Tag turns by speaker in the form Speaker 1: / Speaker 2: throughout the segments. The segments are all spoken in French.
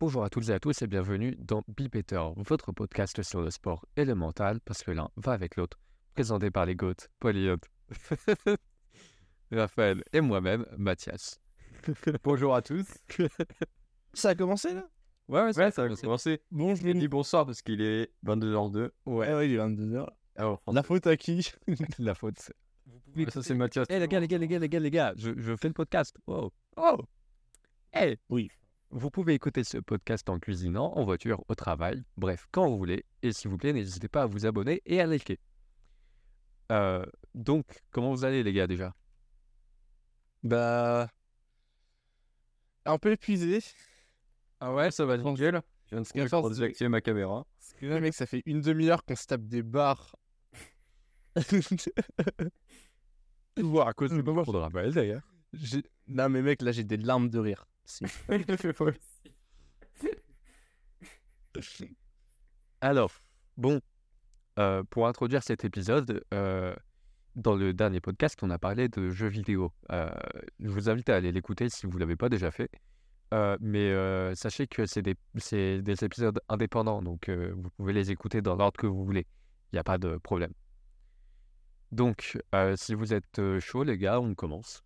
Speaker 1: Bonjour à toutes et à tous et bienvenue dans Be Better, votre podcast sur le sport et le mental, parce que l'un va avec l'autre, présenté par les goths, Pauliot, Raphaël et moi-même, Mathias.
Speaker 2: Bonjour à tous.
Speaker 3: Ça a commencé là
Speaker 1: Ouais, ouais,
Speaker 2: Ouais, ça a commencé.
Speaker 3: Bonjour.
Speaker 2: Il dit bonsoir parce qu'il est 22h02.
Speaker 3: Ouais, Ah ouais, il est 22h.
Speaker 1: Ah
Speaker 3: La faute à qui
Speaker 1: la faute.
Speaker 2: Ah, ça c'est Mathias.
Speaker 1: Eh les gars, les gars, les gars, les gars, les gars, je, je fais le podcast. Wow. Oh Eh
Speaker 3: Oui.
Speaker 1: Vous pouvez écouter ce podcast en cuisinant, en voiture, au travail, bref, quand vous voulez. Et s'il vous plaît, n'hésitez pas à vous abonner et à liker. Euh, donc, comment vous allez les gars déjà
Speaker 3: Bah. Un peu épuisé.
Speaker 2: Ah ouais, ça va nickel. Je viens de trouver pour
Speaker 3: 14.
Speaker 2: désactiver ma caméra.
Speaker 3: Parce que là, mec, ça fait une demi-heure qu'on se tape des barres. Ou à cause de moi.
Speaker 1: Pour le rappel d'ailleurs.
Speaker 3: j'ai- Non, mais mec, là, j'ai des larmes de rire. Si.
Speaker 1: Alors, bon, euh, pour introduire cet épisode, euh, dans le dernier podcast, on a parlé de jeux vidéo. Euh, je vous invite à aller l'écouter si vous ne l'avez pas déjà fait. Euh, mais euh, sachez que c'est des, c'est des épisodes indépendants, donc euh, vous pouvez les écouter dans l'ordre que vous voulez. Il n'y a pas de problème. Donc, euh, si vous êtes euh, chaud, les gars, on commence.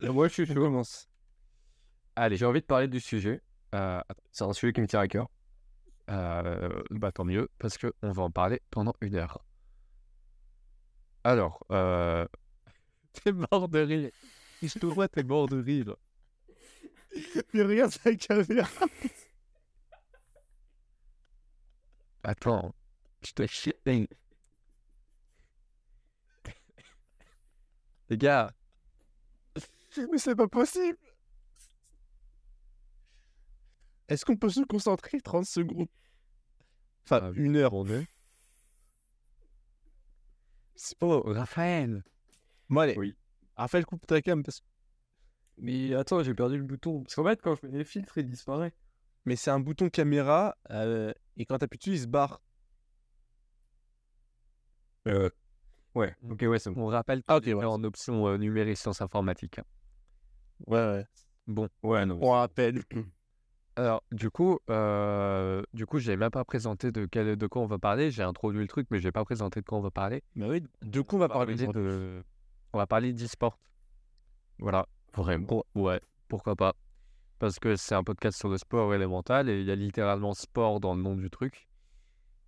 Speaker 2: Moi je suis
Speaker 3: On
Speaker 2: chaud.
Speaker 3: commence.
Speaker 2: Allez, j'ai envie de parler du sujet. Euh, attends, c'est un sujet qui me tient à cœur.
Speaker 1: Euh, bah tant mieux, parce que on va en parler pendant une heure. Alors, euh... t'es mort de rire. Je te vois, t'es mort de rire.
Speaker 3: Mais regarde sa caméra.
Speaker 1: Attends, je te shitting. Les gars,
Speaker 3: Mais c'est pas possible. Est-ce qu'on peut se concentrer 30 secondes Enfin,
Speaker 1: Ah oui.
Speaker 3: une heure.
Speaker 1: on est. Oh, Raphaël.
Speaker 3: Bon, allez.
Speaker 2: Oui.
Speaker 3: Raphaël, coupe ta cam parce que.
Speaker 2: Mais attends, j'ai perdu le bouton. Parce qu'en fait, quand je mets les filtres, il disparaît.
Speaker 3: Mais c'est un bouton caméra euh, et quand t'appuies dessus, il se barre. Euh,
Speaker 2: Ouais, ok, ouais, c'est bon.
Speaker 1: On rappelle
Speaker 3: Mm. Ah, ok,
Speaker 1: qu'on est
Speaker 3: ouais.
Speaker 1: en option euh, numérique sciences informatiques. hein.
Speaker 3: Ouais, ouais.
Speaker 1: Bon,
Speaker 2: Ouais, non.
Speaker 3: On rappelle.
Speaker 1: Alors, du coup, euh, du coup, j'ai même pas présenté de quel, de quoi on va parler. J'ai introduit le truc, mais j'ai pas présenté de quoi on va parler.
Speaker 3: Mais Bah oui, de quoi on va parler aujourd'hui
Speaker 1: de, on va parler d'e-sport. Voilà.
Speaker 2: Vraiment.
Speaker 1: Ouais. Pourquoi pas Parce que c'est un podcast sur le sport et le mental, et il y a littéralement sport dans le nom du truc.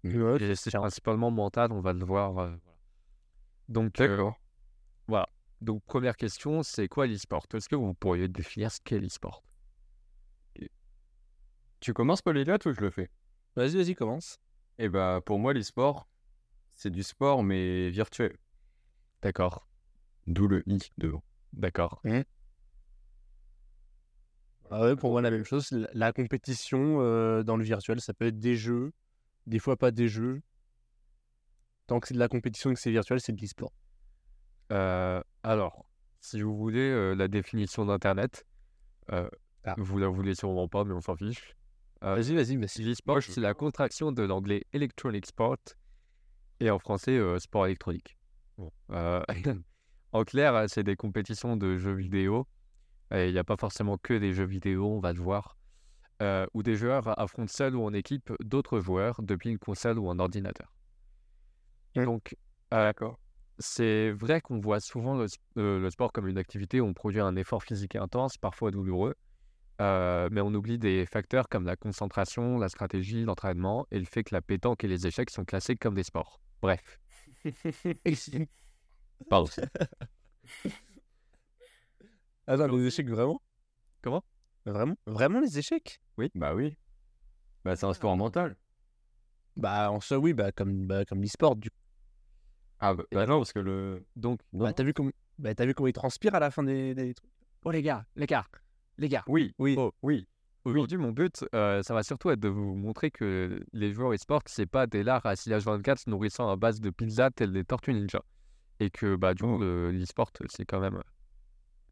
Speaker 3: Ouais.
Speaker 1: Et c'est principalement mental, on va le voir. euh, voilà. Donc, euh,
Speaker 2: D'accord.
Speaker 1: donc, première question, c'est quoi l'e-sport Est-ce que vous pourriez définir ce qu'est l'e-sport
Speaker 2: Tu commences par les dates ou je le fais
Speaker 3: Vas-y, vas-y, commence.
Speaker 2: Eh bah, pour moi, les sports, c'est du sport, mais virtuel.
Speaker 1: D'accord.
Speaker 2: D'où le i devant.
Speaker 1: D'accord.
Speaker 3: Ah ouais, pour moi, la même chose. La, la compétition euh, dans le virtuel, ça peut être des jeux, des fois pas des jeux. Tant que c'est de la compétition et que c'est virtuel, c'est de l'e-sport.
Speaker 1: Euh, alors, si vous voulez euh, la définition d'Internet, euh,
Speaker 3: Ah.
Speaker 1: vous la voulez sûrement pas, mais on s'en fiche. Euh,
Speaker 3: Vas-y, vas-y, vas-y.
Speaker 1: L'e-sport,
Speaker 2: Moi, je-
Speaker 1: c'est la contraction de l'anglais electronic sport et en français euh, sport électronique. Bon, euh, en clair, euh, c'est des compétitions de jeux vidéo. Et il n'y a pas forcément que des jeux vidéo, on va le voir, euh, où des joueurs affrontent seuls ou en équipe d'autres joueurs depuis une console ou un ordinateur.
Speaker 3: Mm.
Speaker 1: Donc, euh,
Speaker 2: D'accord.
Speaker 1: c'est vrai qu'on voit souvent le, s- euh, le sport comme une activité où on produit un effort physique intense, parfois douloureux, euh, mais on oublie des facteurs comme la concentration, la stratégie, l'entraînement et le fait que la pétanque et les échecs sont classés comme des sports. Bref. Pardon.
Speaker 3: Attends, les échecs, vraiment
Speaker 1: Comment
Speaker 3: Vraiment Vraiment les échecs
Speaker 2: Oui. Bah oui. Bah, c'est un sport mental.
Speaker 3: Bah, en soi, oui, bah, comme, bah, comme l'e-sport, du coup.
Speaker 2: Ah bah, bah non, parce que le...
Speaker 1: Donc,
Speaker 2: Non.
Speaker 3: Bah, t'as vu, comme... bah, t'as vu comment il transpire à la fin des, des trucs
Speaker 1: oh les gars, les gars, les gars.
Speaker 2: Oui,
Speaker 3: Oui.
Speaker 2: oh, oui.
Speaker 1: Aujourd'hui, mon but, euh, ça va surtout être de vous montrer que les joueurs e-sport, c'est pas des lards à sillage 24 se nourrissant à base de pizza tels des tortues ninja. Et que, bah, du
Speaker 2: Oh.
Speaker 1: coup, le- l'e-sport, c'est quand même.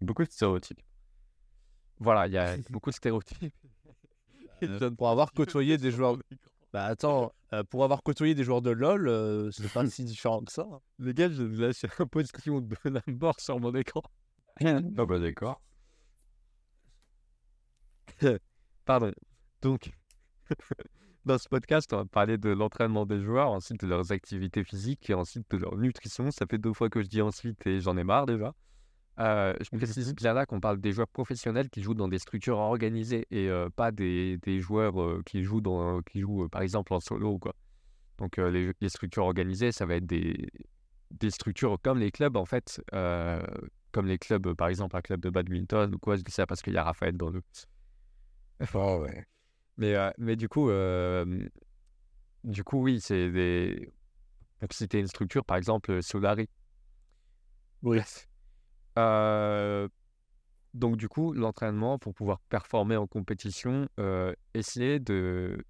Speaker 2: Beaucoup de stéréotypes.
Speaker 1: Voilà, il y a beaucoup de stéréotypes. Bah,
Speaker 3: Euh, pour avoir côtoyé des joueurs. Bah attends, euh, pour avoir côtoyé des joueurs de LoL, euh, c'est pas si différent que ça. hein.
Speaker 1: Les gars, je lâche un position de la mort sur mon écran.
Speaker 2: Ah bah d'accord.
Speaker 1: Pardon. Donc, dans ce podcast, on va parler de l'entraînement des joueurs, ensuite de leurs activités physiques et ensuite de leur nutrition. Ça fait deux fois que je dis ensuite et j'en ai marre déjà. Euh, je précise bien là qu'on parle des joueurs professionnels qui jouent dans des structures organisées et euh, pas des, des joueurs euh, qui jouent, dans, qui jouent euh, par exemple en solo. ou Quoi. Donc euh, les, les structures organisées, ça va être des, des structures comme les clubs en fait, euh, comme les clubs, euh, par exemple un club de badminton ou quoi, je dis ça parce qu'il y a Raphaël dans le...
Speaker 2: Oh, ouais.
Speaker 1: Mais, euh, mais du coup, euh, du coup, oui, c'est des. Donc, si t'es une structure, par exemple, Solari.
Speaker 3: Oui.
Speaker 1: Euh, donc, du coup, l'entraînement pour pouvoir performer en compétition, euh, essayer de.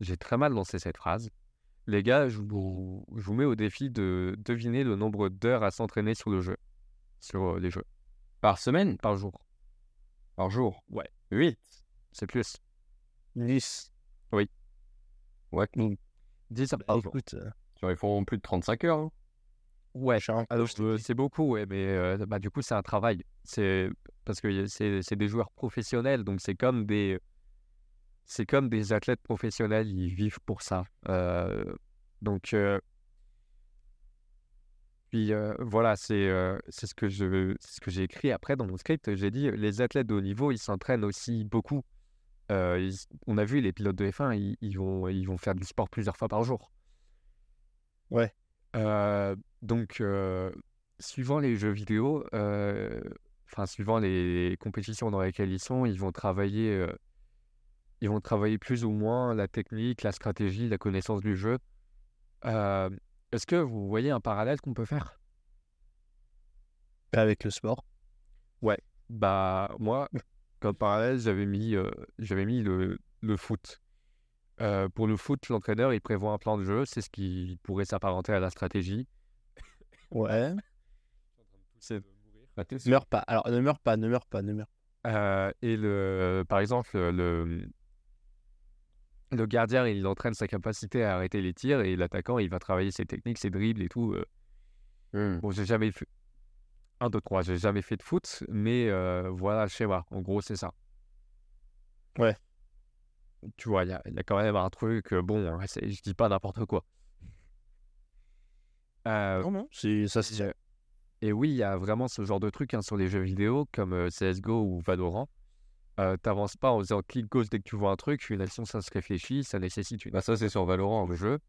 Speaker 1: J'ai très mal lancé cette phrase. Les gars, je vous, je vous mets au défi de deviner le nombre d'heures à s'entraîner sur le jeu, sur euh, les jeux,
Speaker 2: Par semaine
Speaker 1: par jour.
Speaker 2: Par jour
Speaker 1: Ouais.
Speaker 2: 8
Speaker 1: C'est plus.
Speaker 3: 10.
Speaker 2: Ouais. Donc,
Speaker 1: 10 heures
Speaker 3: Bah,
Speaker 1: par jour.
Speaker 3: écoute, euh,
Speaker 2: ils font plus de 35 heures. hein.
Speaker 1: Ouais,
Speaker 3: Charles,
Speaker 1: Alors,
Speaker 3: Ah, je te
Speaker 1: euh,
Speaker 3: dis.
Speaker 1: c'est beaucoup, ouais, mais euh, bah, du coup, c'est un travail. C'est parce que y a- c'est c'est des joueurs professionnels, donc c'est comme des c'est comme des athlètes professionnels, ils vivent pour ça. Euh, donc euh, puis euh, voilà, c'est euh, c'est ce que je c'est ce que j'ai écrit après dans mon script. J'ai dit les athlètes de haut niveau, ils s'entraînent aussi beaucoup. Euh, ils- on a vu les pilotes de F1, ils, ils vont ils vont faire du sport plusieurs fois par jour.
Speaker 3: Ouais.
Speaker 1: Euh, donc euh, suivant les jeux vidéo, euh, enfin suivant les compétitions dans lesquelles ils sont, ils vont travailler, euh, ils vont travailler plus ou moins la technique, la stratégie, la connaissance du jeu. Euh, Est-ce que vous voyez un parallèle qu'on peut faire
Speaker 3: Avec le sport.
Speaker 1: Bah moi, comme parallèle, j'avais mis, euh, j'avais mis le, le foot. Euh, pour le foot, l'entraîneur, il prévoit un plan de jeu, c'est ce qui pourrait s'apparenter à la stratégie.
Speaker 3: Ouais.
Speaker 2: Bah, t'es-
Speaker 3: Meurs pas. Alors, ne meurs pas, ne meurs pas, ne meurs pas.
Speaker 1: Euh, et le, par exemple, le, le gardien, il entraîne sa capacité à arrêter les tirs et l'attaquant, il va travailler ses techniques, ses dribbles et tout. euh.
Speaker 2: Hmm.
Speaker 1: Bon, j'ai jamais fait. 1, 2, 3, j'ai jamais fait de foot, mais euh, voilà le schéma. En gros, c'est ça.
Speaker 3: Ouais.
Speaker 1: Tu vois, il y a, il y a quand même un truc. euh, Bon, ouais, c'est- je dis pas n'importe quoi. Euh,
Speaker 3: Non, non. c'est- Ça, c'est
Speaker 1: euh, Et oui, il y a vraiment ce genre de truc hein, sur les jeux vidéo comme euh, CSGO ou Valorant. Euh, T'avances pas en faisant clic gauche dès que tu vois un truc, une action ça se réfléchit, ça nécessite une
Speaker 2: Bah, ça, c'est sur Valorant.
Speaker 1: le jeu.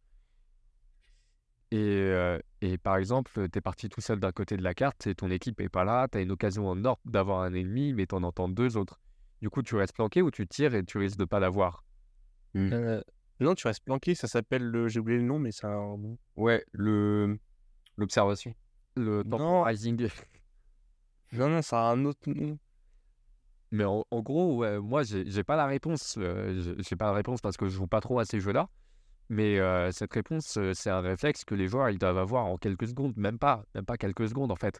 Speaker 1: Et, euh, et par exemple, t'es parti tout seul d'un côté de la carte et ton équipe est pas là, t'as une occasion en or d'avoir un ennemi, mais t'en entends deux autres. Du coup, tu restes planqué ou tu tires et tu risques de pas l'avoir.
Speaker 3: Euh, non, tu restes planqué, ça s'appelle le. J'ai oublié le nom, mais c'est un. nom.
Speaker 2: Ouais, le l'observation.
Speaker 1: Le
Speaker 3: Non.
Speaker 1: temporizing.
Speaker 3: Non, non, ça a un autre nom.
Speaker 1: Mais en, en gros, ouais, moi, j'ai j'ai pas la réponse. euh, j'ai- j'ai pas la réponse parce que je joue pas trop à ces jeux-là. Mais euh, cette réponse, euh, c'est un réflexe que les joueurs ils doivent avoir en quelques secondes, même pas, même pas quelques secondes en fait.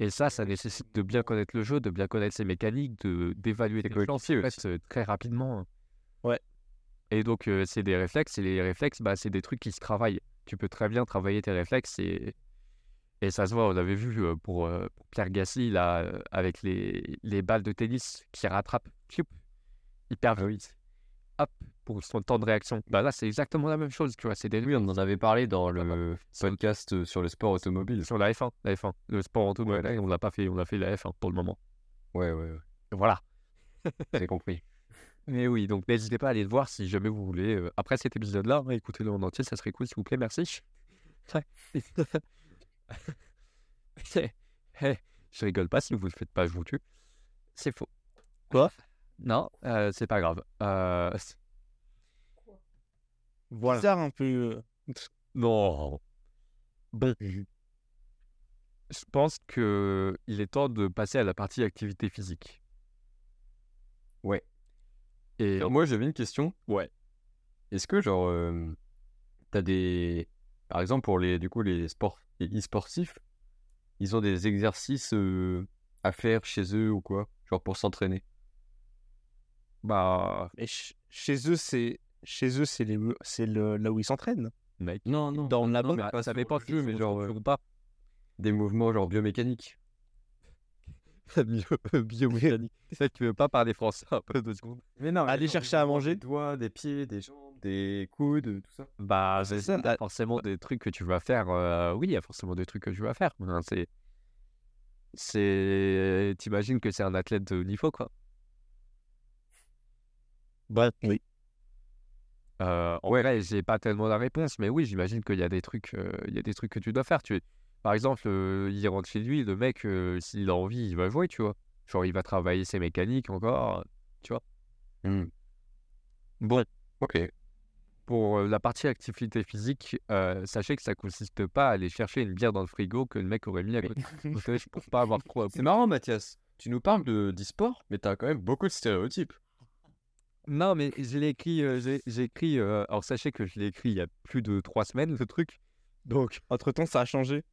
Speaker 1: Et ça, ça nécessite de bien connaître le jeu, de bien connaître ses mécaniques, de d'évaluer
Speaker 2: Ses
Speaker 1: tes chances en
Speaker 2: coéquipiers
Speaker 1: fait, euh, très rapidement.
Speaker 3: Ouais.
Speaker 1: Et donc, euh, c'est des réflexes, et les réflexes, bah, c'est des trucs qui se travaillent. Tu peux très bien travailler tes réflexes et, et ça se voit, on l'avait vu euh, pour, euh, pour Pierre Gasly, là, euh, avec les, les balles de tennis qui rattrapent pioup, hyper vite. Hop, pour son temps de réaction. Bah là, c'est exactement la même chose, tu vois. C'est des
Speaker 2: Oui, on en avait parlé dans le podcast euh, sur le sport automobile.
Speaker 1: sur la F1, la F1, le sport en tout, on l'a pas fait, on a fait la F1 pour le moment.
Speaker 2: Ouais, ouais, ouais.
Speaker 1: Voilà.
Speaker 2: J'ai compris.
Speaker 1: Mais oui, donc n'hésitez pas à aller le voir si jamais vous voulez. euh, après cet épisode-là, hein, écoutez-le en entier, ça serait cool, s'il vous plaît, merci. Ouais. Hey, je rigole pas, si vous le faites pas, je vous tue. C'est faux.
Speaker 3: Quoi
Speaker 1: Non, euh, c'est pas grave. Euh, c'est-
Speaker 3: Voilà. Bizarre un peu. euh,
Speaker 1: non. Bon. Je pense que il est temps de passer à la partie activité physique.
Speaker 2: Ouais.
Speaker 1: Et
Speaker 2: Alors, moi, j'avais une question.
Speaker 1: Ouais.
Speaker 2: Est-ce que, genre, euh, t'as des. Par exemple, pour les, du coup, les sports les e-sportifs, ils ont des exercices euh, à faire chez eux ou quoi Genre pour s'entraîner.
Speaker 1: bah,
Speaker 3: Mais ch- chez eux, c'est. Chez eux, c'est les... c'est le... là où ils s'entraînent. Hein?
Speaker 1: mec,
Speaker 2: Non, non.
Speaker 1: dans la
Speaker 2: non,
Speaker 1: boxe,
Speaker 2: mais pas
Speaker 1: ça
Speaker 2: sur
Speaker 1: dépend
Speaker 2: le
Speaker 1: si
Speaker 2: jeu,
Speaker 1: tu
Speaker 2: mais
Speaker 1: te
Speaker 2: genre,
Speaker 1: concentres
Speaker 2: euh,
Speaker 1: ou pas.
Speaker 2: Des mouvements, genre biomécaniques.
Speaker 1: la bio- biomécanique. C'est ça que tu veux pas parler français un peu deux secondes.
Speaker 2: Mais non,
Speaker 3: Aller chercher à manger.
Speaker 2: Des doigts, des pieds, des jambes, des coudes, euh, tout ça.
Speaker 1: Bah,
Speaker 3: c'est
Speaker 1: c'est
Speaker 3: ça.
Speaker 1: ça. forcément des trucs que tu vas faire. euh, oui, il y a forcément des trucs que tu vas faire. Enfin, c'est. C'est. T'imagines que c'est un athlète de haut niveau, quoi.
Speaker 3: Bref, Bah, oui.
Speaker 1: Euh, en vrai, j'ai pas tellement la réponse, mais oui, j'imagine qu'il y a des trucs, euh, il y a des trucs que tu dois faire. Tu, par exemple, euh, il rentre chez lui, le mec, euh, s'il a envie, il va jouer, tu vois. Genre, il va travailler ses mécaniques encore. Mmh. Bon,
Speaker 2: Ok.
Speaker 1: pour euh, la partie activité physique, euh, sachez que ça consiste pas à aller chercher une bière dans le frigo que le mec aurait mis à côté de la bouteille pour pas avoir trop. à
Speaker 2: C'est marrant, Mathias. Tu nous parles de d'e-sport, mais t'as quand même beaucoup de stéréotypes.
Speaker 1: Non, mais je l'ai écrit. euh, j'ai j'ai écrit euh, alors, sachez que je l'ai écrit il y a plus de trois semaines, le truc.
Speaker 3: Donc, entre-temps, ça a changé.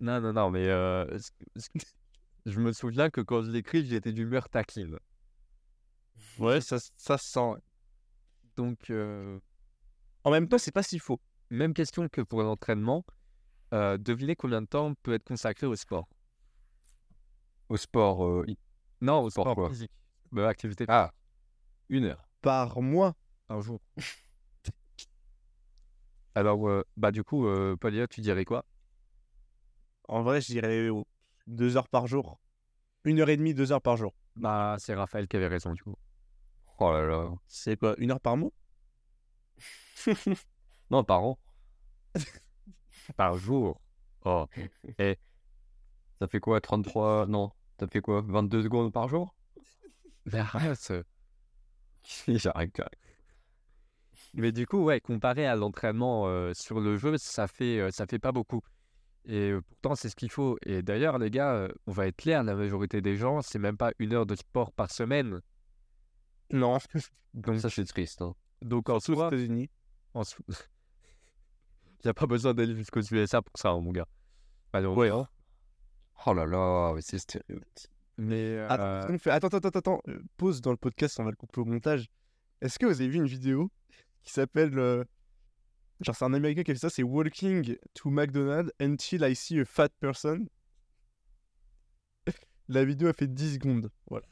Speaker 1: Non, non, non, mais euh, c- c- je me souviens que quand je l'écris, j'étais d'humeur taquine.
Speaker 3: ouais, ça, ça se sent.
Speaker 1: Donc, euh,
Speaker 3: En même temps, c'est pas si faux.
Speaker 1: même question que pour l'entraînement. Euh, devinez combien de temps peut être consacré au sport
Speaker 2: Au sport, euh, i-
Speaker 1: Non, au sport,
Speaker 2: quoi
Speaker 1: physique. Bah, activité
Speaker 2: ah, une heure.
Speaker 3: Par mois.
Speaker 1: un jour. Alors, euh, bah, du coup, euh, Paulia, tu dirais quoi
Speaker 3: En vrai, je dirais oh, deux heures par jour. Une heure et demie, deux heures par jour.
Speaker 1: Bah, c'est Raphaël qui avait raison, du coup.
Speaker 2: Oh là là.
Speaker 3: C'est quoi Une heure par mois
Speaker 2: Non, par an,
Speaker 1: Par jour. Oh,
Speaker 2: ça fait quoi 33. Non, ça fait quoi 22 secondes par jour
Speaker 1: mais arrête
Speaker 2: J'arrête. j'arrête.
Speaker 1: Mais du coup, ouais, comparé à l'entraînement euh, sur le jeu, ça fait, euh, ça fait pas beaucoup. Et euh, pourtant, c'est ce qu'il faut. Et d'ailleurs, les gars, euh, on va être clair, la majorité des gens, c'est même pas une heure de sport par semaine.
Speaker 3: Non.
Speaker 1: Donc,
Speaker 2: Ça, c'est triste. hein.
Speaker 1: donc en
Speaker 3: Surtout aux
Speaker 1: soi,
Speaker 3: États-Unis.
Speaker 1: en soi- y a pas besoin d'aller jusqu'aux USA pour ça, hein, mon gars. Malheureusement.
Speaker 2: hein. Oh là là, mais c'est stéréotype.
Speaker 1: Mais euh,
Speaker 3: Attends, on fait- attends, attends, attends, attends. euh, Pause dans le podcast, on va le couper au montage. Est-ce que vous avez vu une vidéo qui s'appelle. euh, Genre, c'est un américain qui a fait ça, c'est Walking to McDonald's until I see a fat person. La vidéo a fait 10 secondes. Voilà.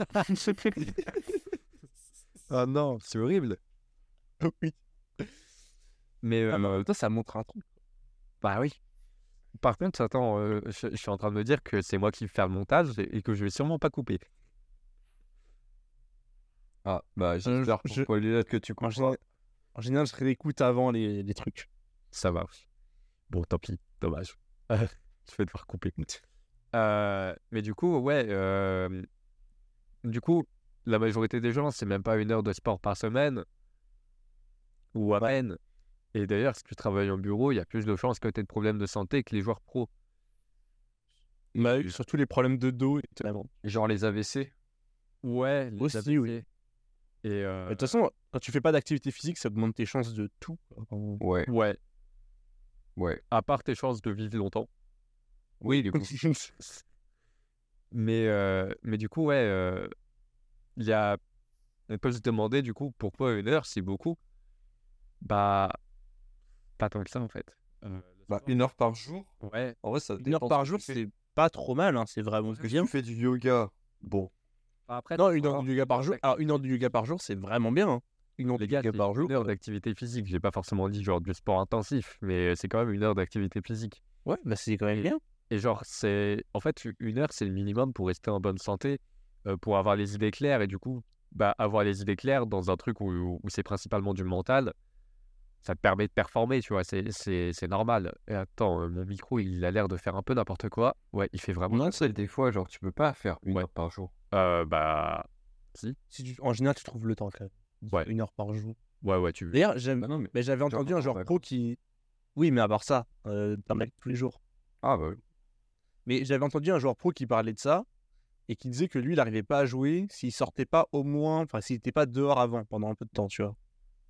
Speaker 1: ah non, c'est horrible.
Speaker 3: oui.
Speaker 1: Mais
Speaker 2: Ah,
Speaker 1: euh,
Speaker 3: Toi, ça montre un truc.
Speaker 1: Bah oui. Par contre, attends, euh, je, je suis en train de me dire que c'est moi qui vais faire le montage et, et que je vais sûrement pas couper.
Speaker 2: Ah, bah, j'espère pour
Speaker 3: Euh, je-
Speaker 2: Paulette que tu
Speaker 3: En
Speaker 2: comprends.
Speaker 3: général, en général, je réécoute avant les, les trucs.
Speaker 1: Ça va. Bon, tant pis, dommage. Euh, je vais devoir couper. Euh, mais du coup, ouais. euh, du coup, la majorité des gens, c'est même pas une heure de sport par semaine ou à peine. Et d'ailleurs, si tu travailles en bureau, il y a plus de chances que tu aies de problèmes de santé que les joueurs pros.
Speaker 3: Bah, surtout les problèmes de dos. et tout.
Speaker 2: Genre les AVC.
Speaker 1: Ouais,
Speaker 3: les Aussi, oui.
Speaker 1: Et
Speaker 3: De
Speaker 1: euh,
Speaker 3: toute façon, quand tu fais pas d'activité physique, ça augmente tes chances de tout.
Speaker 2: Ouais,
Speaker 1: ouais,
Speaker 2: ouais.
Speaker 1: à part tes chances de vivre longtemps.
Speaker 2: Oui, du coup.
Speaker 1: Mais, euh, mais du coup, ouais, euh, il y a... on peut se demander du coup pourquoi une heure c'est beaucoup. Bah, pas tant que ça en fait. Euh,
Speaker 2: une heure par jour
Speaker 1: ouais,
Speaker 2: En vrai, ça
Speaker 3: Bah, Une heure par jour, c'est pas trop mal, hein, c'est vraiment bien.
Speaker 2: fais du yoga. Bon.
Speaker 1: après,
Speaker 3: Non, une heure
Speaker 1: les
Speaker 3: de yoga par jour. Alors, une heure de yoga par jour, c'est vraiment bien. hein. Une heure de
Speaker 1: gars,
Speaker 3: yoga
Speaker 1: c'est
Speaker 3: par jour. euh
Speaker 1: une heure d'activité physique. J'ai pas forcément dit genre du sport intensif, mais euh, c'est quand même une heure d'activité physique.
Speaker 3: Ouais, bah c'est quand même bien.
Speaker 1: Et genre, c'est en fait une heure, c'est le minimum pour rester en bonne santé, euh, pour avoir les idées claires. Et du coup, bah, avoir les idées claires dans un truc où, où- où c'est principalement du mental, ça te permet de performer, tu vois. C'est, c'est, c'est normal. Et attends, euh, mon micro, il a l'air de faire un peu n'importe quoi. Ouais, il fait vraiment.
Speaker 2: Non, c'est des fois, genre, tu peux pas faire une
Speaker 1: Ouais.
Speaker 2: heure par jour.
Speaker 1: Euh, bah,
Speaker 3: Si tu- En général, tu trouves le temps quand même.
Speaker 1: Ouais.
Speaker 3: Une heure par jour.
Speaker 1: ouais, ouais, tu.
Speaker 3: D'ailleurs, j'aime-
Speaker 2: Bah non, mais.
Speaker 3: bah, j'avais entendu un
Speaker 2: quand t'es en
Speaker 3: genre pro qui. Oui, mais à part ça, euh, t'en as tous les jours.
Speaker 2: Ah, bah oui.
Speaker 3: Mais j'avais entendu un joueur pro qui parlait de ça et qui disait que lui, il n'arrivait pas à jouer s'il sortait pas au moins, enfin, s'il n'était pas dehors avant pendant un peu de temps, tu vois.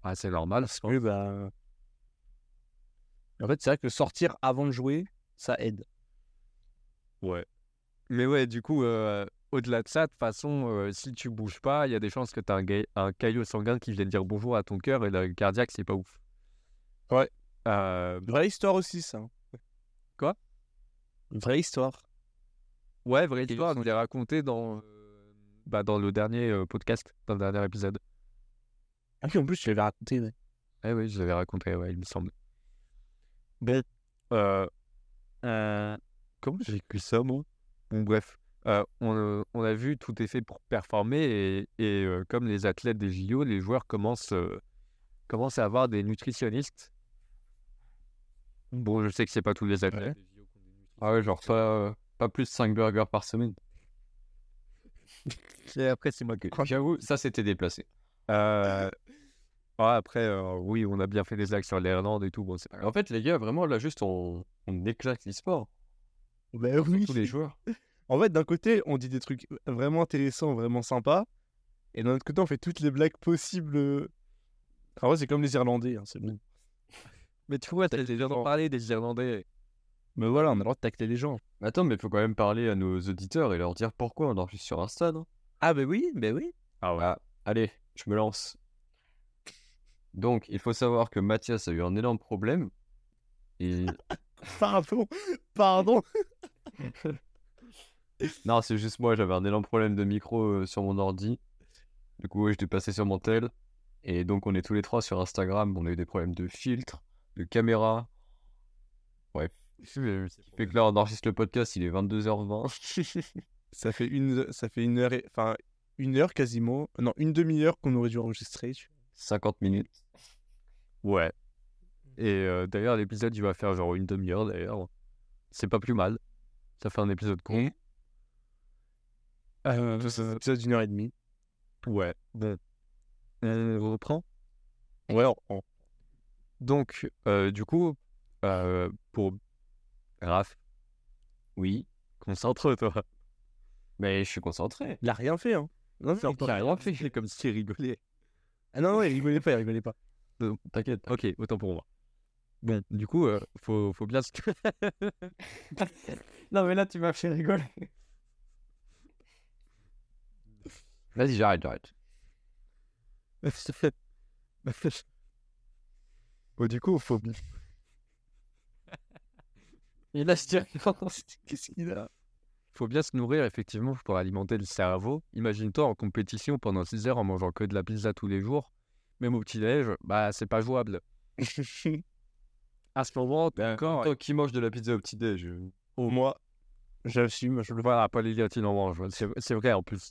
Speaker 1: Ah, c'est normal.
Speaker 3: Parce que lui, bah. En fait, c'est vrai que sortir avant de jouer, ça aide.
Speaker 1: Mais ouais, du coup, euh, au-delà de ça, de toute façon, euh, si tu bouges pas, il y a des chances que tu as un, gai- un caillot sanguin qui vienne dire bonjour à ton cœur et le cardiaque, c'est pas ouf.
Speaker 3: Ouais.
Speaker 1: Euh,
Speaker 3: Vraie histoire aussi, ça.
Speaker 1: Quoi
Speaker 3: Vraie histoire.
Speaker 1: Ouais, vraie
Speaker 2: Et
Speaker 1: histoire,
Speaker 2: son-
Speaker 1: je l'ai raconté dans, euh, bah, dans le dernier euh, podcast, dans le dernier épisode.
Speaker 4: Ah oui, en plus, tu l'avais raconté, ouais.
Speaker 1: Eh oui, je l'avais raconté, ouais, il me semble. Bon. Euh, euh, comment j'ai vécu ça, moi Bon, bref. Euh, on, euh, on a vu, tout est fait pour performer et, et, euh, comme les athlètes des JO, les joueurs commencent, euh, commencent à avoir des nutritionnistes. Bon, je sais que c'est pas tous les athlètes.
Speaker 2: Ah ouais, genre pas, euh, pas plus de 5 burgers par semaine.
Speaker 1: Et après, c'est moi que.
Speaker 2: J'avoue, ça c'était déplacé.
Speaker 1: Euh, ouais, après, euh, oui, on a bien fait des axes sur l'Irlande et tout. Bon, c'est pas grave.
Speaker 2: En fait, les gars, vraiment, là, juste, on, on éclate l'e-sport.
Speaker 3: Bah oui.
Speaker 2: Tous les joueurs.
Speaker 3: En fait, d'un côté, on dit des trucs vraiment intéressants, vraiment sympas. Et d'un autre côté, on fait toutes les blagues possibles. euh. En vrai, c'est comme les Irlandais, hein, c'est bon.
Speaker 1: Mais tu vois, t'as déjà
Speaker 3: Genre-
Speaker 1: parlé des Irlandais.
Speaker 3: Mais voilà, on a le droit de tacler les gens.
Speaker 2: Mais Attends, mais faut quand même parler à nos auditeurs et leur dire pourquoi on enregistre sur Insta, non
Speaker 4: Ah,
Speaker 3: bah
Speaker 4: ben oui, ben oui.
Speaker 1: Ah ouais.
Speaker 2: Ah, allez, je me lance. Donc, il faut savoir que Mathias a eu un énorme problème. Et...
Speaker 3: Pardon, pardon.
Speaker 2: non, c'est juste moi, j'avais un énorme problème de micro euh, sur mon ordi. Du coup, ouais, je l'ai passé sur mon tel. Et donc, on est tous les trois sur Instagram. On a eu des problèmes de filtre, de caméra. Fait que là, on enregistre le podcast, il est 22h20.
Speaker 3: Ça fait une, ça fait une heure, et- enfin une heure quasiment. Non, une demi-heure qu'on aurait dû enregistrer. tu-
Speaker 2: 50 minutes.
Speaker 1: Ouais. Et euh, d'ailleurs, l'épisode, il va faire genre une demi-heure d'ailleurs. C'est pas plus mal. Ça fait un épisode court.
Speaker 2: Mm.
Speaker 3: Ah,
Speaker 1: Euh,
Speaker 3: C'est un épisode d'une heure et demie.
Speaker 1: ouais. Bon. Euh, on reprend.
Speaker 3: Ouais, on- on-
Speaker 1: Donc, euh, du coup, euh, pour Raph,
Speaker 2: Oui,
Speaker 1: concentre-toi.
Speaker 2: mais je suis concentré.
Speaker 3: il a rien fait. Hein. Non, non, il a rien fait.
Speaker 1: C'est comme s'il rigolait.
Speaker 3: Ah non, non, il rigolait pas, il rigolait pas.
Speaker 2: T'inquiète.
Speaker 1: Ok, autant pour moi. Bon, du coup, euh, faut, faut bien se
Speaker 2: Non, mais là, tu m'as fait rigoler. Vas-y, j'arrête, j'arrête.
Speaker 1: bon, du coup, faut
Speaker 2: Et là, je dirais
Speaker 3: Qu'est-ce qu'il a
Speaker 1: faut bien se nourrir effectivement pour alimenter le cerveau. Imagine-toi en compétition pendant 6 heures en mangeant que de la pizza tous les jours, même au petit-déj, bah c'est pas jouable. À ce moment, ton corps,
Speaker 2: Toi qui mange de la pizza au petit-déj. euh,
Speaker 3: Au moi, j'assume. Je le
Speaker 1: voilà, pas les il en mange, c'est c'est vrai en plus.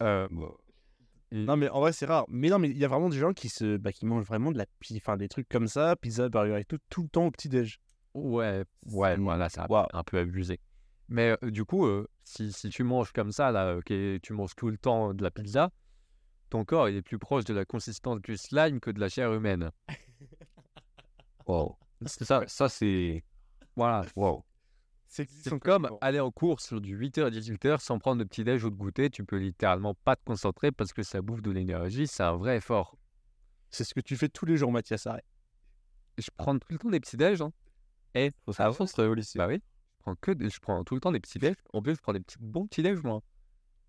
Speaker 1: Euh,
Speaker 2: bon.
Speaker 3: Non, mais en vrai, c'est rare. Mais non, mais il y a vraiment des gens qui se bah, qui mangent vraiment de la pi- enfin, des trucs comme ça, pizza, burger et tout, tout le temps au petit-déj.
Speaker 1: ouais, ouais, voilà, c'est un,
Speaker 3: Waouh.
Speaker 1: un peu abusé. Mais euh, du coup, euh, si, si tu manges comme ça, là, euh, que tu manges tout le temps de la pizza, ton corps il est plus proche de la consistance du slime que de la chair humaine.
Speaker 2: Wow. Ça, ça c'est.
Speaker 1: Voilà.
Speaker 2: Wow.
Speaker 3: C'est
Speaker 1: C'est comme
Speaker 3: ah,
Speaker 1: aller en course sur du 8h à 18h sans prendre de petit-déj ou de goûter. Tu peux littéralement pas te concentrer parce que ça bouffe de l'énergie. C'est un vrai effort.
Speaker 3: C'est ce que tu fais tous les jours, Mathias. Arrête.
Speaker 1: Je prends tout le temps des petits-déj. Hein.
Speaker 2: Faut se
Speaker 1: Ah
Speaker 2: concentrer au lycée.
Speaker 1: Bah oui. Je prends, que des- je prends tout le temps des petits-déj. En plus, je prends des petits bons petits-déj, moi.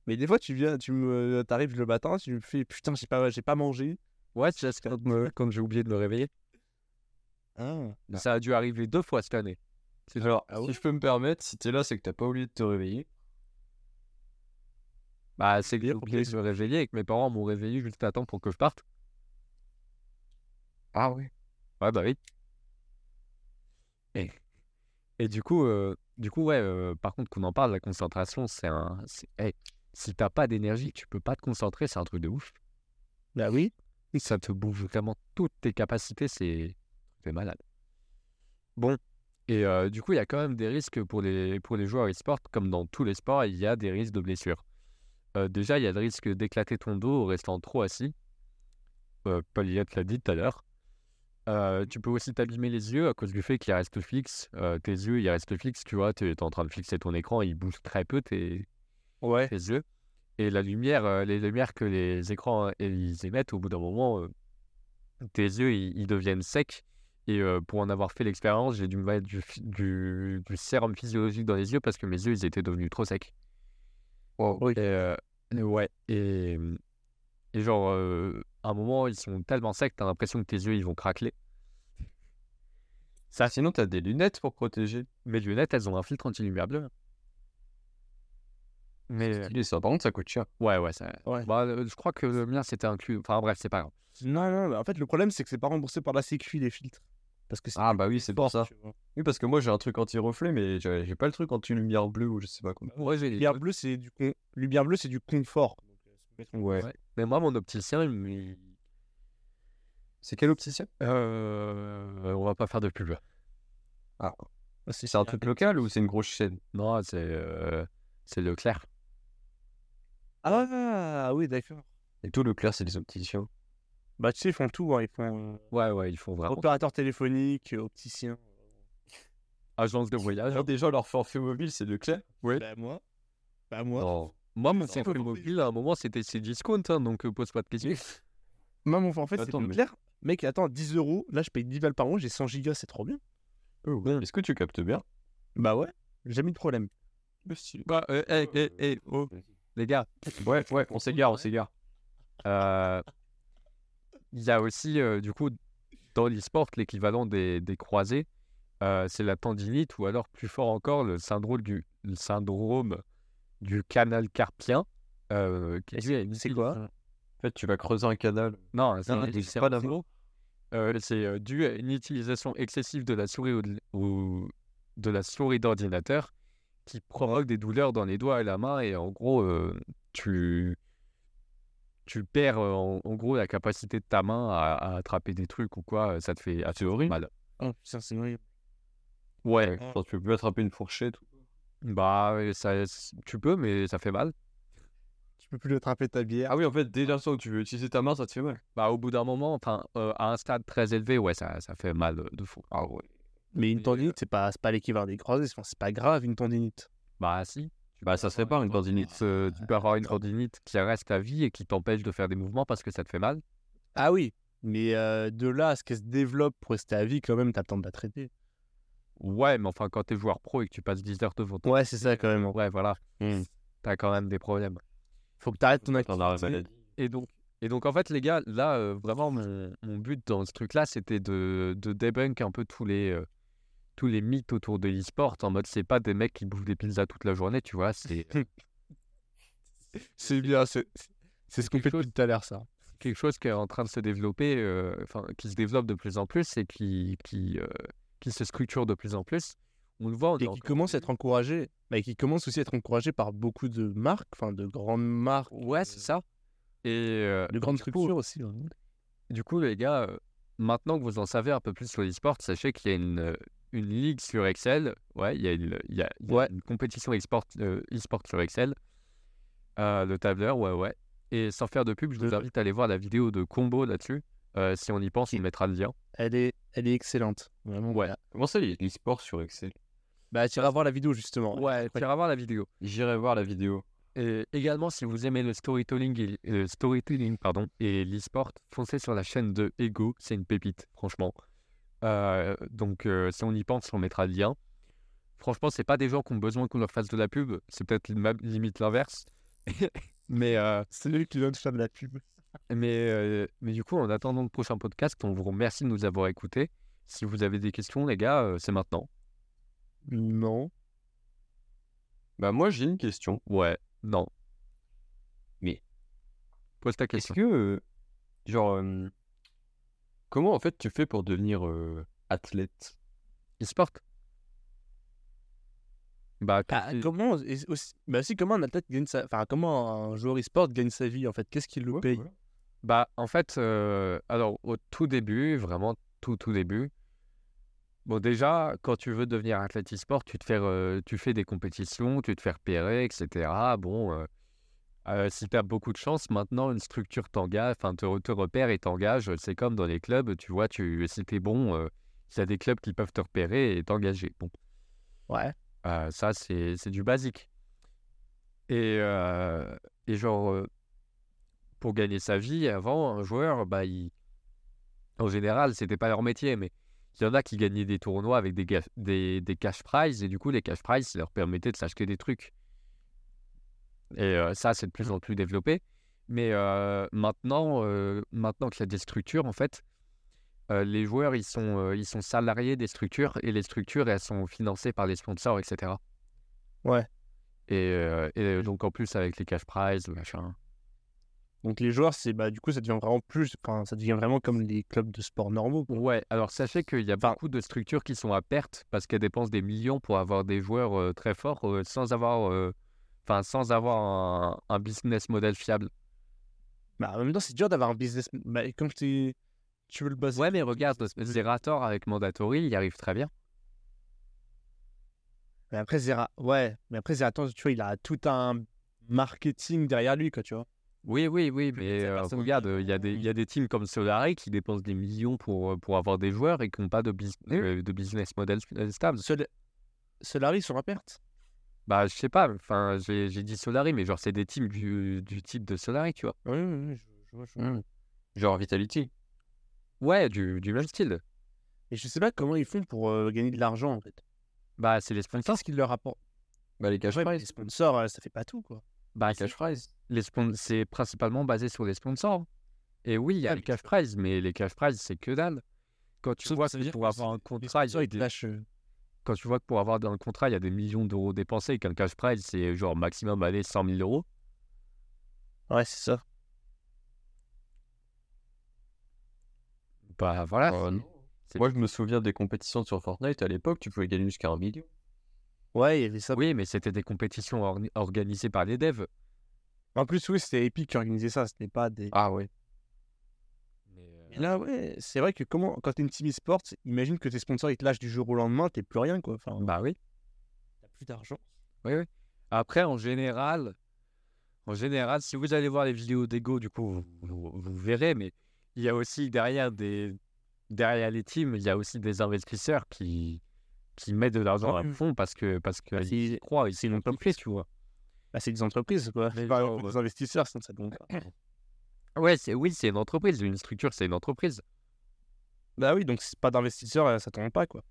Speaker 3: Mais des fois, tu viens, tu me, euh, t'arrives le matin, tu me fais putain, j'ai pas, j'ai pas mangé.
Speaker 1: Ouais, Bah. c'est juste quand, me- quand j'ai oublié de me réveiller.
Speaker 2: Ah.
Speaker 1: Ça a dû arriver deux fois cette année.
Speaker 2: Alors,
Speaker 3: Ah
Speaker 2: si
Speaker 3: ouais
Speaker 2: je peux me permettre, si t'es là, c'est que t'as pas oublié de te réveiller.
Speaker 1: Bah, c'est que j'ai
Speaker 3: D'ailleurs,
Speaker 1: oublié de me réveiller et que mes parents m'ont réveillé juste à temps pour que je parte.
Speaker 2: Ah oui.
Speaker 1: Ouais, bah oui. Et, et du coup, euh, du coup ouais, euh, par contre, qu'on en parle, la concentration, c'est un. c'est- hey, si t'as pas d'énergie, tu peux pas te concentrer, c'est un truc de ouf.
Speaker 3: Bah oui.
Speaker 1: Et ça te bouffe vraiment toutes tes capacités, c'est. C'est malade. Bon. Et euh, du coup, il y a quand même des risques pour les, pour les joueurs e-sport, comme dans tous les sports, il y a des risques de blessures. Euh, déjà, il y a le risque d'éclater ton dos en restant trop assis. Euh, Paul Yette l'a dit tout à l'heure. Euh, tu peux aussi t'abîmer les yeux à cause du fait qu'ils restent fixes. Euh, tes yeux, ils restent fixes, tu vois. Tu es en train de fixer ton écran, ils bougent très peu tes,
Speaker 3: Ouais.
Speaker 1: tes yeux. Et la lumière, euh, les lumières que les écrans euh, ils émettent, au bout d'un moment, euh, tes yeux, ils, ils deviennent secs. Et euh, pour en avoir fait l'expérience, j'ai dû me mettre du, phy- du, du sérum physiologique dans les yeux parce que mes yeux, ils étaient devenus trop secs.
Speaker 2: Wow.
Speaker 1: Et, euh, et ouais, et, et genre, euh, à un moment, ils sont tellement secs, t'as l'impression que tes yeux, ils vont craquer.
Speaker 2: Ça, sinon, t'as des lunettes pour protéger.
Speaker 1: Mes lunettes, elles ont un filtre anti-lumière bleue. Mais euh,
Speaker 2: Stylé, ça. Par contre, ça coûte cher.
Speaker 1: ouais, ouais, ça.
Speaker 4: Ouais.
Speaker 1: Bah, euh, je crois que le mien c'était inclus. Enfin bref, c'est pas grave.
Speaker 4: Non, non,
Speaker 3: En fait, le problème, c'est que c'est pas remboursé par la Sécu, les filtres.
Speaker 4: parce que c'est
Speaker 2: Ah, bah oui, c'est pour ça.
Speaker 4: tu vois.
Speaker 2: Oui, parce que moi, j'ai un truc anti-reflet, mais j'ai j'ai pas le truc anti-lumière bleue ou je sais pas quoi.
Speaker 1: Ouais, j'ai-
Speaker 3: Lumière bleue, c'est du, con- Lumière bleue, c'est du confort.
Speaker 2: Ouais.
Speaker 1: Ouais. Mais moi, mon opticien, il me-
Speaker 2: C'est quel opticien
Speaker 1: euh, on va pas faire de pub.
Speaker 3: Ah,
Speaker 2: C'est
Speaker 1: Ah,
Speaker 2: un truc local ou c'est une grosse chaîne
Speaker 1: Non, c'est euh, c'est Leclerc.
Speaker 4: Ah, oui, d'accord.
Speaker 2: Et tout le clair, c'est des opticiens.
Speaker 3: Bah, tu sais, ils font tout. hein, Ils font euh,
Speaker 1: Ouais, ouais, ils font vraiment.
Speaker 3: opérateur téléphonique, euh, opticien.
Speaker 1: Agence de voyage.
Speaker 2: déjà, leur forfait mobile, c'est le clair Oui.
Speaker 3: Bah, moi. Bah, moi.
Speaker 1: Non. Moi, mon
Speaker 3: Non.
Speaker 1: forfait mobile, à un moment, c'était Cdiscount, hein, donc euh, pose pas de questions.
Speaker 3: Moi, mon forfait, c'est
Speaker 2: Attends,
Speaker 3: plus
Speaker 2: mais-
Speaker 3: clair. Mec, attends, 10 euros. Là, je paye 10 balles par mois, j'ai 100 gigas, c'est trop bien.
Speaker 1: Oh,
Speaker 2: Est-ce que tu captes bien
Speaker 3: Bah, ouais. J'ai jamais eu de problème.
Speaker 1: Bah, euh, hey, hey, hey, oh, les gars,
Speaker 4: Ah,
Speaker 2: Ouais, ouais, on s'égare, on s'égare.
Speaker 1: euh, il y a aussi, euh, du coup, dans l'e-sport, l'équivalent des, des croisés, euh, c'est la tendinite, ou alors plus fort encore, le syndrome du, le syndrome du canal carpien. euh, qui est lié à une
Speaker 4: C'est quoi
Speaker 2: En fait, tu vas creuser un canal.
Speaker 1: Non, c'est
Speaker 2: Non,
Speaker 1: un
Speaker 2: non,
Speaker 1: des
Speaker 2: c'est pas
Speaker 1: cerveaux. Euh, c'est euh, dû à une utilisation excessive de la souris ou de, ou de la souris d'ordinateur qui provoque des douleurs dans les doigts et la main et en gros euh, tu tu perds euh, en, en gros la capacité de ta main à, à attraper des trucs ou quoi euh, ça te fait assez
Speaker 2: horrible.
Speaker 1: mal
Speaker 4: Oh, putain, c'est horrible.
Speaker 1: ouais
Speaker 2: Genre, tu peux plus attraper une fourchette.
Speaker 1: bah euh, ça tu peux mais ça fait mal
Speaker 3: Tu peux plus le attraper ta bière.
Speaker 2: Ah oui, en fait, dès l'instant où tu veux utiliser ta main, ça te fait mal.
Speaker 1: bah au bout d'un moment enfin euh, à un stade très élevé ouais ça, ça fait mal euh, de fou ah ouais
Speaker 4: Mais
Speaker 3: Une tendinite, c'est pas, c'est pas l'équivalent des croisés. enfin, C'est pas grave, une tendinite.
Speaker 1: bah si
Speaker 2: Bah, ça se répare une tendinite.
Speaker 1: Euh, tu peux avoir une tendinite qui reste à vie et qui t'empêche de faire des mouvements parce que ça te fait mal.
Speaker 3: Ah oui.
Speaker 4: Mais euh, de là à ce qu'elle se développe pour rester à vie, quand même, t'as le temps de la traiter.
Speaker 1: Ouais, mais enfin, quand t'es joueur pro et que tu passes 10 heures devant ton.
Speaker 4: Ouais, c'est ça, quand même.
Speaker 1: Ouais, Mmh. voilà.
Speaker 2: Hmm.
Speaker 1: T'as quand même des problèmes.
Speaker 4: Faut que t'arrêtes ton activité.
Speaker 2: T'en as la maladie.
Speaker 1: Et donc, et donc en fait, les gars, là, euh, vraiment, mon, mon but dans ce truc-là, c'était de, de débunk un peu tous les, euh, tous les mythes autour de l'e-sport. En mode, c'est pas des mecs qui bouffent des pizzas toute la journée, tu vois. C'est
Speaker 3: C'est bien. C'est c'est ce qu'on fait
Speaker 1: quelque chose-
Speaker 3: depuis tout à l'heure, ça.
Speaker 1: quelque chose qui est en train de se développer, euh, enfin, qui se développe de plus en plus et qui, qui, euh, qui se structure de plus en plus. On le voit. on est
Speaker 4: Et
Speaker 1: encore
Speaker 4: qui
Speaker 1: au
Speaker 4: commence à
Speaker 1: début.
Speaker 4: être encouragé.
Speaker 3: Bah, qui commence aussi à être encouragé par beaucoup de marques, enfin, de grandes marques.
Speaker 1: Ouais, c'est ça. Et euh,
Speaker 4: De grandes
Speaker 1: du coup,
Speaker 4: structures aussi. hein.
Speaker 1: Du coup, les gars, euh, maintenant que vous en savez un peu plus sur l'e-sport, sachez qu'il y a une, euh, une ligue sur Excel. Ouais, il y a une, il y a- il y a une compétition e-sport euh, e-sport sur Excel. Euh, le tableur, ouais, ouais. Et sans faire de pub, je vous invite à aller voir la vidéo de combo là-dessus. Euh, si on y pense, on mettra le lien.
Speaker 4: Elle est, elle est excellente. Vraiment.
Speaker 1: Ouais.
Speaker 3: Bah,
Speaker 2: Comment ça, il y a de l'e-sport sur Excel
Speaker 4: Bah, tu iras voir la vidéo, justement.
Speaker 1: Ouais, tu iras voir la vidéo.
Speaker 2: J'irai voir la vidéo.
Speaker 1: Et Euh, également, si vous aimez le storytelling et, euh, storytelling, pardon, et l'e-sport, foncez sur la chaîne de Ego, c'est une pépite, franchement. Euh, donc, euh, si on y pense, on mettra le lien. Franchement, c'est pas des gens qui ont besoin qu'on leur fasse de la pub, c'est peut-être li- même limite l'inverse. mais euh,
Speaker 3: C'est lui qui donne ça de la pub.
Speaker 1: mais, euh, mais du coup, en attendant le prochain podcast, on vous remercie de nous avoir écoutés. Si vous avez des questions, les gars, euh, c'est maintenant.
Speaker 3: Non.
Speaker 2: Bah, moi, j'ai une question.
Speaker 1: Ouais, non.
Speaker 2: Mais-
Speaker 1: Pose ta
Speaker 2: Est-ce
Speaker 1: question.
Speaker 2: que, euh, genre, euh, comment en fait tu fais pour devenir euh, athlète
Speaker 1: e-sport Bah,
Speaker 3: Ah.
Speaker 4: Bah,
Speaker 1: tu-
Speaker 4: comment, et aussi, bah aussi, comment un athlète gagne sa, enfin, comment un joueur e-sport gagne sa vie en fait Qu'est-ce qu'il le paye
Speaker 1: bah, en fait, euh, alors au tout début, vraiment tout tout début, bon déjà, quand tu veux devenir athlète e-sport, tu te fais, euh, tu fais des compétitions, tu te fais repérer, etc. Bon, euh, euh, si tu as beaucoup de chance, maintenant une structure t'engage, enfin te, re- te repère et t'engage. C'est comme dans les clubs, tu vois, tu, si t'es bon, euh, il y a des clubs qui peuvent te repérer et t'engager. Bon,
Speaker 4: Ouais.
Speaker 1: Euh, ça, c'est c'est du basique. Et, euh, et genre, euh, pour gagner sa vie, avant, un joueur, bah, il... en général, c'était pas leur métier, mais il y en a qui gagnaient des tournois avec des, ga- des, des cash prizes, et du coup, les cash prizes, ça leur permettait de s'acheter des trucs. Et euh, ça, c'est de plus en plus développé. Mais euh, maintenant, euh, maintenant qu'il y a des structures, en fait, euh, les joueurs, ils sont, euh, ils sont salariés des structures et les structures, elles sont financées par les sponsors, etc.
Speaker 4: Ouais.
Speaker 1: Et, euh, et donc en plus avec les cash prizes, machin.
Speaker 3: Donc les joueurs, c'est bah, du coup, ça devient vraiment plus, enfin, ça devient vraiment comme les clubs de sport normaux. quoi.
Speaker 1: Ouais, alors sachez qu'il y a
Speaker 3: Enfin-
Speaker 1: beaucoup de structures qui sont à perte parce qu'elles dépensent des millions pour avoir des joueurs euh, très forts euh, sans avoir, euh, enfin, sans avoir un, un business model fiable.
Speaker 3: Bah, en même temps, c'est dur d'avoir un business. Bah, comme je t'ai- tu veux le baser.
Speaker 1: Ouais, mais regarde, Zerator avec Mandatory, il y arrive très bien.
Speaker 3: Mais après, Zera, ouais, mais après, Zerator, tu vois, il a tout un marketing derrière lui, quoi, tu vois.
Speaker 1: Oui, oui, oui,
Speaker 3: Plus
Speaker 1: mais
Speaker 3: personne
Speaker 1: euh,
Speaker 3: personne
Speaker 1: regarde,
Speaker 3: qui-
Speaker 1: euh, il y, a des- il y a des teams comme Solari qui dépensent des millions pour, euh, pour avoir des joueurs et qui n'ont pas de, bus-
Speaker 3: Oui.
Speaker 1: euh, de business model euh, stable.
Speaker 3: Sol- Solari sur la perte.
Speaker 1: Bah, je sais pas, enfin, j'ai j'ai dit Solari, mais genre, c'est des teams du, du type de Solari, tu vois.
Speaker 3: Oui, oui, oui, je, je vois, je vois.
Speaker 2: Hmm. Genre Vitality.
Speaker 1: Ouais, du, du même style.
Speaker 3: Et je sais pas comment ils font pour euh, gagner de l'argent, en fait.
Speaker 1: Bah, c'est les sponsors.
Speaker 3: Qu'est-ce qu'ils leur apportent
Speaker 2: Bah, les cash
Speaker 3: Ouais, mais Les Ah,
Speaker 2: prizes.
Speaker 3: sponsors, euh, ça fait pas tout, quoi.
Speaker 1: Bah,
Speaker 2: Les cash prizes.
Speaker 1: les spon- c'est principalement basé sur les sponsors. Et oui, il y a
Speaker 3: Ah,
Speaker 1: les
Speaker 3: bien
Speaker 1: cash prizes, mais les cash prizes, c'est que dalle. Quand tu
Speaker 3: Sauf
Speaker 1: vois
Speaker 3: que ça veut
Speaker 1: que
Speaker 3: dire
Speaker 1: pour
Speaker 3: que
Speaker 1: avoir
Speaker 3: c'est-
Speaker 1: un
Speaker 3: Les
Speaker 1: contrat, il y
Speaker 3: sponsors,
Speaker 1: a
Speaker 3: ils te
Speaker 1: des-
Speaker 3: lâchent. euh,
Speaker 1: quand tu vois que pour avoir un contrat, il y a des millions d'euros dépensés, qu'un cash prize, c'est genre maximum aller 100 000 euros.
Speaker 3: Ouais, c'est ça.
Speaker 1: Bah voilà.
Speaker 2: Euh,
Speaker 1: c'est-
Speaker 2: non. Moi, je me souviens des compétitions sur Fortnite à l'époque, tu pouvais gagner jusqu'à un million.
Speaker 3: Ouais, il y avait ça.
Speaker 1: Oui, mais c'était des compétitions orni- organisées par les devs.
Speaker 3: En plus, oui, c'était Epic qui organisait ça, ce n'est pas des.
Speaker 2: Ah ouais.
Speaker 3: Et
Speaker 1: euh,
Speaker 3: là, ouais, c'est vrai que comment, quand t'es une team e-sport, imagine que tes sponsors ils te lâchent du jour au lendemain, t'es plus rien quoi. Enfin,
Speaker 1: Bah oui.
Speaker 3: t'as plus d'argent.
Speaker 1: Oui, oui. Après, en général, en général, si vous allez voir les vidéos d'Ego, du coup, vous, vous- vous verrez, mais il y a aussi derrière des derrière les teams, il y a aussi des investisseurs qui qui mettent de l'argent à
Speaker 3: Ouais.
Speaker 1: fond parce que parce que
Speaker 3: Bah,
Speaker 1: ils
Speaker 3: c'est-
Speaker 1: y croient, ils
Speaker 3: c'est une
Speaker 1: sont
Speaker 3: entreprise.
Speaker 1: tu vois.
Speaker 3: Bah, c'est des entreprises quoi.
Speaker 1: Mais
Speaker 3: C'est pas
Speaker 1: genre,
Speaker 3: des investisseurs, sinon ça donne pas.
Speaker 1: Ouais, c'est oui, c'est une entreprise, une structure, c'est une entreprise.
Speaker 3: Bah oui, donc c'est pas d'investisseurs, euh, ça tombe pas quoi.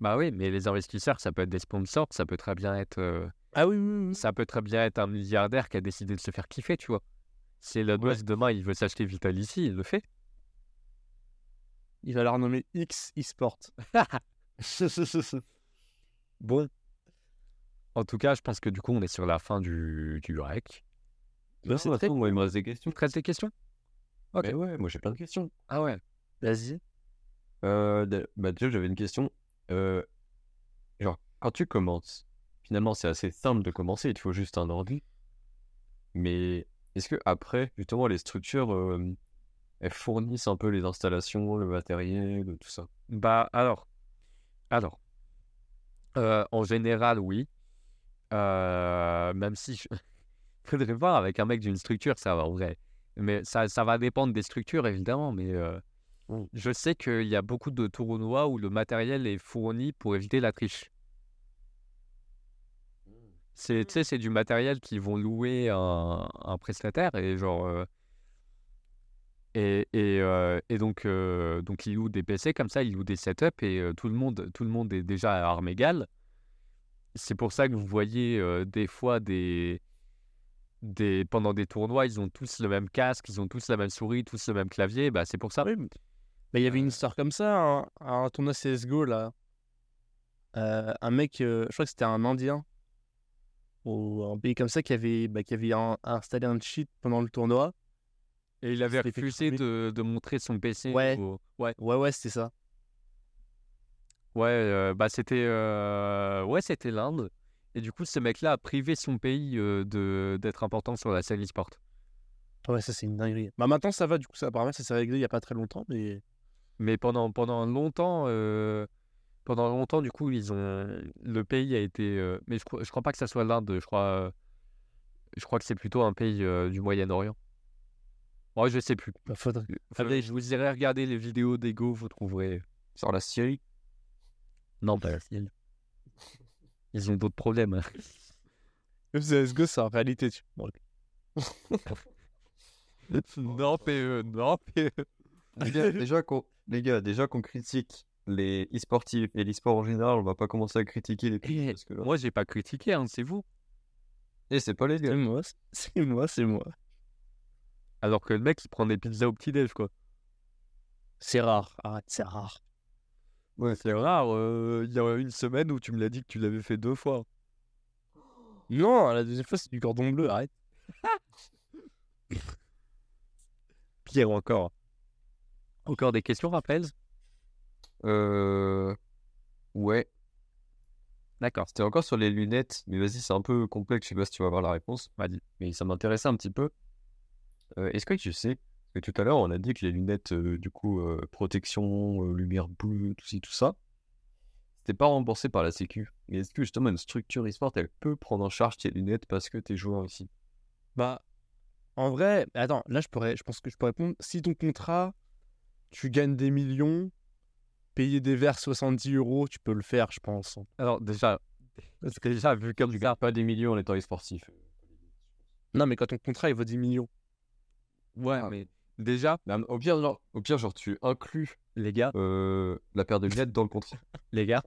Speaker 1: Bah oui, mais les investisseurs, ça peut être des sponsors, ça peut très bien être euh,
Speaker 3: Ah oui, oui, oui.
Speaker 1: ça peut très bien être un milliardaire qui a décidé de se faire kiffer, tu vois. Si Elon
Speaker 3: Ouais.
Speaker 1: Musk, demain, il veut s'acheter Vitality, il le fait.
Speaker 3: Il va leur nommer X e-sport.
Speaker 1: Bon. En tout cas, je pense que du coup, on est sur la fin du, du rec.
Speaker 2: Non,
Speaker 1: c'est
Speaker 2: attends,
Speaker 1: très
Speaker 2: moi, il me reste des
Speaker 1: Tu
Speaker 2: questions.
Speaker 1: me traites des questions Ok.
Speaker 2: Mais ouais, moi, j'ai plein de questions.
Speaker 1: Ah ouais.
Speaker 3: Vas-y.
Speaker 2: Euh, d'a- bah, déjà, j'avais une question. Euh, genre, quand tu commences, finalement, c'est assez simple de commencer, il te faut juste un ordi. Mais est-ce que après, justement, les structures, euh, elles fournissent un peu les installations, le matériel, tout ça?
Speaker 1: Bah alors. Alors. Euh, en général, oui. Euh, même si je... faudrait voir avec un mec d'une structure, ça va en vrai. Mais ça, ça va dépendre des structures, évidemment. Mais euh,
Speaker 2: Mm.
Speaker 1: je sais qu'il y a beaucoup de tournois où le matériel est fourni pour éviter la triche. C'est, tu sais, c'est du matériel qu'ils vont louer à un, un prestataire et genre. euh, et, et, euh, et donc, euh, donc, ils louent des PC comme ça, ils louent des setups et euh, tout, le monde, tout le monde est déjà à armes égales. C'est pour ça que vous voyez euh, des fois des, des. Pendant des tournois, ils ont tous le même casque, ils ont tous la même souris, tous le même clavier. Bah, c'est pour ça.
Speaker 3: Oui, mais- Bah, il y avait une histoire comme ça, hein, à un tournoi CSGO là. Euh, un mec, euh, je crois que c'était un Indien ou un pays comme ça qui avait, bah, qui avait un- installé un cheat pendant le tournoi.
Speaker 1: Et il avait
Speaker 3: se les fait
Speaker 1: refusé
Speaker 3: crever.
Speaker 1: de, de montrer son PC.
Speaker 3: Ouais.
Speaker 1: au- ouais.
Speaker 3: Ouais, ouais, c'était ça.
Speaker 1: Ouais, euh, bah c'était euh, ouais, c'était l'Inde. Et du coup, ce mec-là a privé son pays euh, de d'être important sur la scène e-sport.
Speaker 3: Ouais, ça c'est une dinguerie. Bah maintenant ça va, du coup ça apparemment ça s'est réglé il y a pas très longtemps, mais
Speaker 1: Mais pendant pendant longtemps, euh, pendant longtemps, du coup, ils ont le pays a été. euh, mais je crois, je crois pas que ça soit l'Inde. Je crois, euh, je crois que c'est plutôt un pays euh, du Moyen-Orient. Ouais, je sais plus.
Speaker 3: bah, faudrait.
Speaker 1: Faudrait- Ah ben, je vous irai regarder les vidéos d'Ego, vous trouverez.
Speaker 2: Sur la Syrie?
Speaker 1: Non, pas la sienne. Ils ont d'autres problèmes. hein.
Speaker 3: Le CSGO c'est en réalité. Tu... Bon, ok.
Speaker 1: Non, PE, non, euh, PE.
Speaker 2: Les gars, déjà qu'on les gars, déjà qu'on critique les e-sportifs et l'e-sport en général, on va pas commencer à critiquer les
Speaker 1: Eh,
Speaker 2: trucs parce que là-
Speaker 1: Moi, j'ai pas critiqué, hein, c'est vous.
Speaker 2: Eh, c'est pas les
Speaker 3: C'est
Speaker 2: gars.
Speaker 3: moi, c'est- c'est moi, c'est moi.
Speaker 1: Alors que le mec, il prend des pizzas au petit-déj, quoi.
Speaker 3: C'est rare, arrête, c'est rare.
Speaker 1: Ouais, c'est rare. euh, Il y a une semaine où tu me l'as dit que tu l'avais fait deux fois.
Speaker 4: Non, la deuxième fois, c'est du cordon bleu, arrête.
Speaker 1: Pire encore. Encore des questions, rappels
Speaker 2: Euh... Ouais.
Speaker 1: D'accord.
Speaker 2: C'était encore sur les lunettes, mais vas-y, c'est un peu complexe, je sais pas si tu vas avoir la réponse.
Speaker 1: Vas-y.
Speaker 2: Mais ça m'intéressait un petit peu. Euh, Est-ce que tu sais, parce que tout à l'heure, on a dit que les lunettes, euh, du coup, euh, protection, euh, lumière bleue, tout ci, tout ça, c'était pas remboursé par la Sécu. Mais Est-ce que justement une structure e-sport, elle peut prendre en charge tes lunettes parce que t'es joueur ici
Speaker 4: Bah, en vrai, attends, là, je pourrais, je pense que je pourrais répondre. Si ton contrat, tu gagnes des millions, payer des verres 70 euros, tu peux le faire, je pense.
Speaker 1: Alors, déjà, parce que déjà, vu comme
Speaker 2: Tu
Speaker 1: ça,
Speaker 2: gagnes pas des millions en étant e-sportif.
Speaker 4: Non, mais quand ton contrat, il vaut 10 millions.
Speaker 1: ouais, mais déjà,
Speaker 2: Ah. Non, mais Au pire, genre, au pire, genre tu inclus
Speaker 1: les gars,
Speaker 2: euh, la paire de lunettes dans le contrat.
Speaker 1: les gars,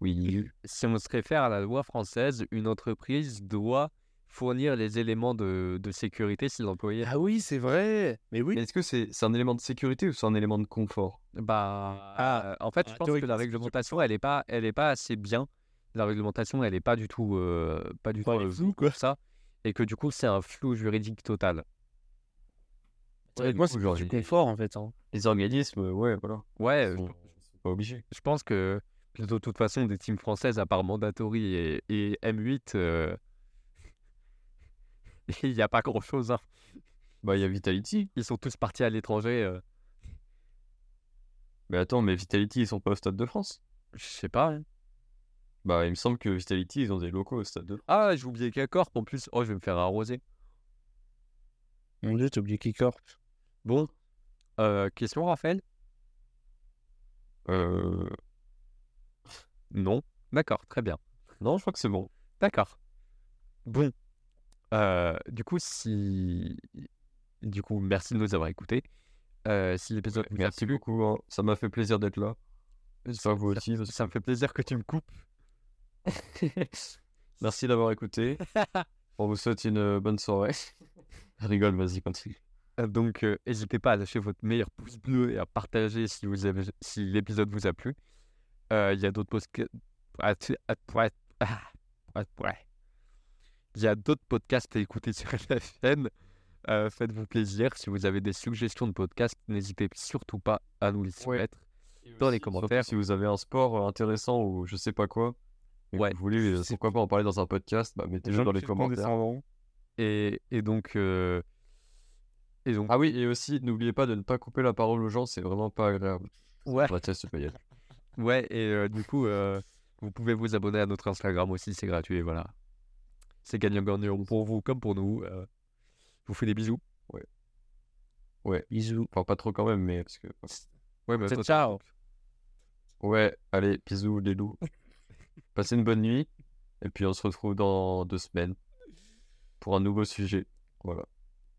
Speaker 2: Oui.
Speaker 1: si on se réfère à la loi française, une entreprise doit fournir les éléments de, de sécurité si l'employé.
Speaker 4: Ah oui, c'est vrai. Mais oui.
Speaker 2: Mais est-ce que c'est c'est un élément de sécurité ou c'est un élément de confort
Speaker 1: Bah,
Speaker 4: Ah,
Speaker 1: euh, en fait,
Speaker 4: ah,
Speaker 1: je pense que la
Speaker 4: théoriquement, c'est
Speaker 1: réglementation, elle est pas, elle est pas assez bien. La réglementation, elle est pas du tout, euh, pas du tout
Speaker 4: Ouais, elle est
Speaker 1: euh,
Speaker 4: floue, quoi.
Speaker 1: pour ça, et que du coup, c'est un flou juridique total.
Speaker 2: Ouais,
Speaker 4: moi,
Speaker 2: du
Speaker 4: c'est
Speaker 2: coup, genre,
Speaker 4: du
Speaker 2: les-
Speaker 4: confort, en fait. hein.
Speaker 2: Les organismes, euh, ouais, voilà.
Speaker 1: Ouais,
Speaker 2: Ils sont- ils sont pas obligés.
Speaker 1: je pense que de toute façon, des teams françaises, à part Mandatory et, et M8, euh, il n'y a pas grand-chose. hein.
Speaker 2: Bah, il y a Vitality.
Speaker 1: Ils sont tous partis à l'étranger. euh,
Speaker 2: Mais attends, mais Vitality, ils sont pas au Stade de France
Speaker 1: je sais pas. hein.
Speaker 2: Bah, il me semble que Vitality, ils ont des locaux au Stade de France.
Speaker 1: Ah, j'ai oublié K-Corp en plus. Oh, je vais me faire arroser.
Speaker 4: Mon dieu, t'as oublié Kickor.
Speaker 1: Bon, euh, question, Raphaël
Speaker 2: Euh...
Speaker 1: Non. D'accord, très bien.
Speaker 2: Non, je crois que c'est bon.
Speaker 1: D'accord. Bon. Euh, du coup, si. Du coup, merci de nous avoir écoutés. Euh, si l'épisode vous a
Speaker 2: Merci
Speaker 1: plu,
Speaker 2: beaucoup, hein. ça m'a fait plaisir d'être là. J'espère que vous
Speaker 1: ça-
Speaker 2: aussi. parce que-
Speaker 1: ça me fait plaisir que tu me coupes.
Speaker 2: Merci d'avoir écouté. On vous souhaite une euh, bonne soirée. Rigole, vas-y, continue.
Speaker 1: Euh, Donc, euh, n'hésitez pas à lâcher votre meilleur pouce bleu et à partager si, vous avez- si l'épisode vous a plu. Euh, Il y a d'autres ah, podcasts. ah, Il y a d'autres podcasts à écouter sur la chaîne. Euh, Faites-vous plaisir. Si vous avez des suggestions de podcasts, n'hésitez surtout pas à nous les
Speaker 2: Ouais.
Speaker 1: soumettre. Dans les
Speaker 2: Surtout
Speaker 1: commentaires.
Speaker 2: si vous avez un sport euh, intéressant ou je sais pas quoi, et que
Speaker 1: Ouais,
Speaker 2: vous voulez, euh, pourquoi pas en parler dans un podcast, bah, mettez-le dans les
Speaker 3: hein.
Speaker 2: commentaires.
Speaker 1: Et, et donc. euh, Et donc.
Speaker 2: Ah oui, et aussi, n'oubliez pas de ne pas couper la parole aux gens, c'est vraiment pas agréable.
Speaker 1: Ouais.
Speaker 2: Bah, tiens, c'est pas y aller.
Speaker 1: Ouais, et euh, du coup, euh, vous pouvez vous abonner à notre Instagram aussi, c'est gratuit, voilà. C'est gagnant-gagnant pour vous comme pour nous. euh. je vous fais des bisous.
Speaker 4: Bisous.
Speaker 2: Enfin, pas trop quand même, mais parce que. bah,
Speaker 1: Ouais,
Speaker 3: Bah,
Speaker 1: mais
Speaker 4: Ciao, ciao.
Speaker 2: Ouais, allez, bisous les loups. Passez une bonne nuit, et puis on se retrouve dans deux semaines pour un nouveau sujet. Voilà.